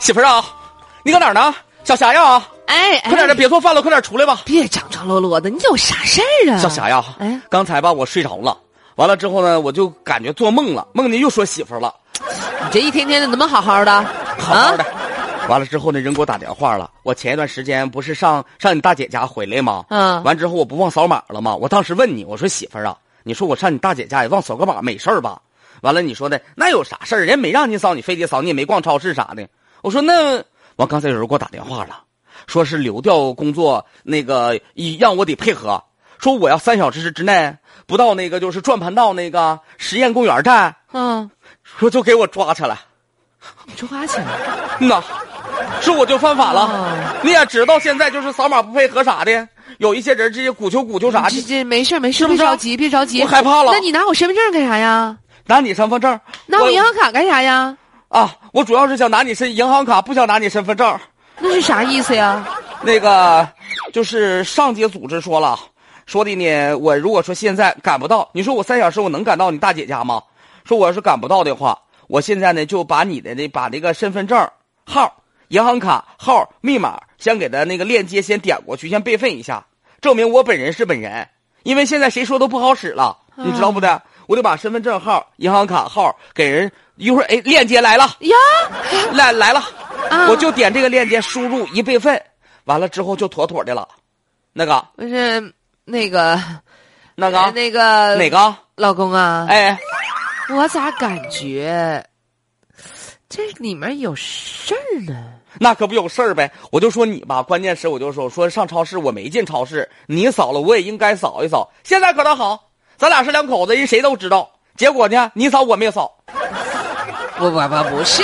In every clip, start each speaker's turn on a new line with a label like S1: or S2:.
S1: 媳妇儿啊，你搁哪儿呢？小霞呀，
S2: 哎，
S1: 快点的，
S2: 哎，
S1: 别做饭了，快点出来吧。
S2: 别张张罗罗的，你有啥事儿啊？
S1: 小霞呀，
S2: 哎
S1: 刚才吧我睡着了，完了之后呢，我就感觉做梦了，梦见又说媳妇儿了，
S2: 你这一天天的怎么好好的？
S1: 好好的。
S2: 啊，
S1: 完了之后呢，人给我打电话了。我前一段时间不是上上你大姐家回来吗？
S2: 嗯
S1: 完之后我不忘扫码了吗？我当时问你，我说媳妇儿啊，你说我上你大姐家也忘扫个码，没事儿吧？完了你说的那有啥事儿？人家没让你扫，你非得扫，你也没逛超市啥的。我说那完，刚才有人给我打电话了，说是流调工作那个一让我得配合，说我要三小时之内不到那个就是转盘道那个实验公园站，
S2: 嗯，
S1: 说就给我抓起来。
S2: 你抓起来，
S1: 嗯呐，是我就犯法了。
S2: 哦
S1: 你也知道，现在就是扫码不配合啥的，有一些人直接鼓秋鼓秋啥
S2: 这
S1: 的。
S2: 这没事儿没事
S1: 是
S2: 儿，
S1: 不
S2: 别
S1: 是
S2: 着急别着急。
S1: 我害怕了
S2: 那你拿我身份证干啥呀？
S1: 拿你身份证，
S2: 拿我银行卡干啥呀？
S1: 啊！我主要是想拿你身银行卡，不想拿你身份证。
S2: 那是啥意思呀？
S1: 那个，就是上级组织说了，说的呢，我如果说现在赶不到，你说我三小时我能赶到你大姐家吗？说我要是赶不到的话，我现在呢就把你的那把那个身份证号、银行卡号、密码先给他那个链接先点过去，先备份一下，证明我本人是本人。因为现在谁说都不好使了，你知道不的？我得把身份证号、银行卡号给人，一会儿哎，链接来了。
S2: 呀，
S1: 来来了，
S2: 啊
S1: 我就点这个链接，输入一备份，完了之后就妥妥的了。那个
S2: 不是那个
S1: 那个、
S2: 呃那个
S1: 哪个？
S2: 老公啊？
S1: 哎，
S2: 我咋感觉这里面有事儿呢？
S1: 那可不有事儿呗。我就说你吧，关键是我就说说上超市，我没进超市，你扫了我也应该扫一扫。现在可倒好，咱俩是两口子，人谁都知道。结果呢，你扫我没扫，
S2: 不不不，不是，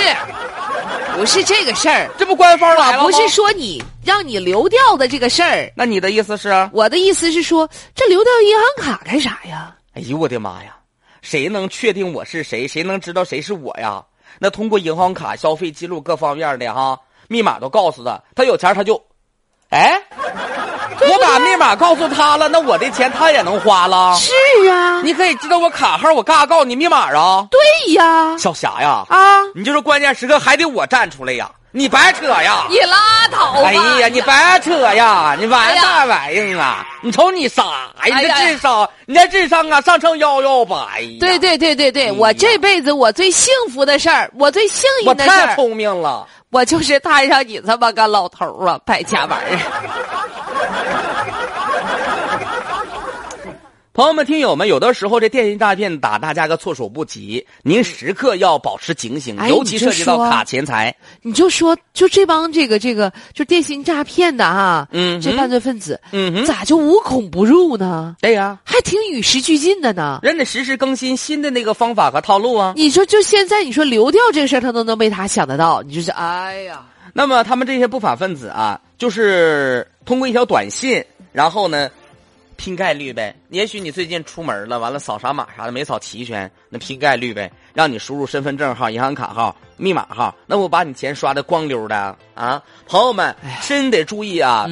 S2: 不是这个事儿。
S1: 这不官方来了吗？
S2: 啊不是说你让你流调的这个事儿，
S1: 那你的意思是？
S2: 我的意思是说，这流调银行卡干啥呀？
S1: 哎呦我的妈呀！谁能确定我是谁？谁能知道谁是我呀？那通过银行卡、消费记录各方面的哈，密码都告诉他，他有钱他就，哎，我把密码告诉他了，那我的钱他也能花了。
S2: 是啊，
S1: 你可以知道我卡号，我嘎告诉你密码啊，
S2: 对呀，
S1: 小霞呀，
S2: 啊，
S1: 你就是关键时刻还得我站出来呀，你白扯呀！
S2: 你拉倒吧！
S1: 哎呀，你白扯呀！你玩
S2: 哎呀
S1: 大玩意儿啊！你瞅你傻，哎，你这
S2: 哎呀
S1: 智商，你这智商啊，上乘幺幺八！哎呀，
S2: 对对对对对，我这辈子我最幸福的事儿，我最幸
S1: 我
S2: 运的事
S1: 太
S2: 儿，
S1: 聪明了，
S2: 我就是摊上你这么个老头儿啊，败家玩意儿。
S1: 朋友们、听友们，有的时候这电信诈骗打大家个措手不及，您时刻要保持警醒，
S2: 哎
S1: 尤其涉及到
S2: 你就说
S1: 卡钱财。
S2: 你就说，就这帮这个这个，就电信诈骗的啊，
S1: 嗯哼
S2: 这犯罪分子，
S1: 嗯哼，
S2: 咋就无孔不入呢？
S1: 对呀、
S2: 还挺与时俱进的呢。
S1: 人得时时更新新的那个方法和套路啊。
S2: 你说就现在，你说流调这个事儿，他都能被他想得到，你就是哎呀，
S1: 那么他们这些不法分子啊，就是通过一条短信，然后呢，拼概率呗。也许你最近出门了，完了扫啥码啥的没扫齐全，那拼概率呗，让你输入身份证号、银行卡号、密码号，那我把你钱刷的光溜的啊！朋友们
S2: 哎呀，
S1: 真得注意啊！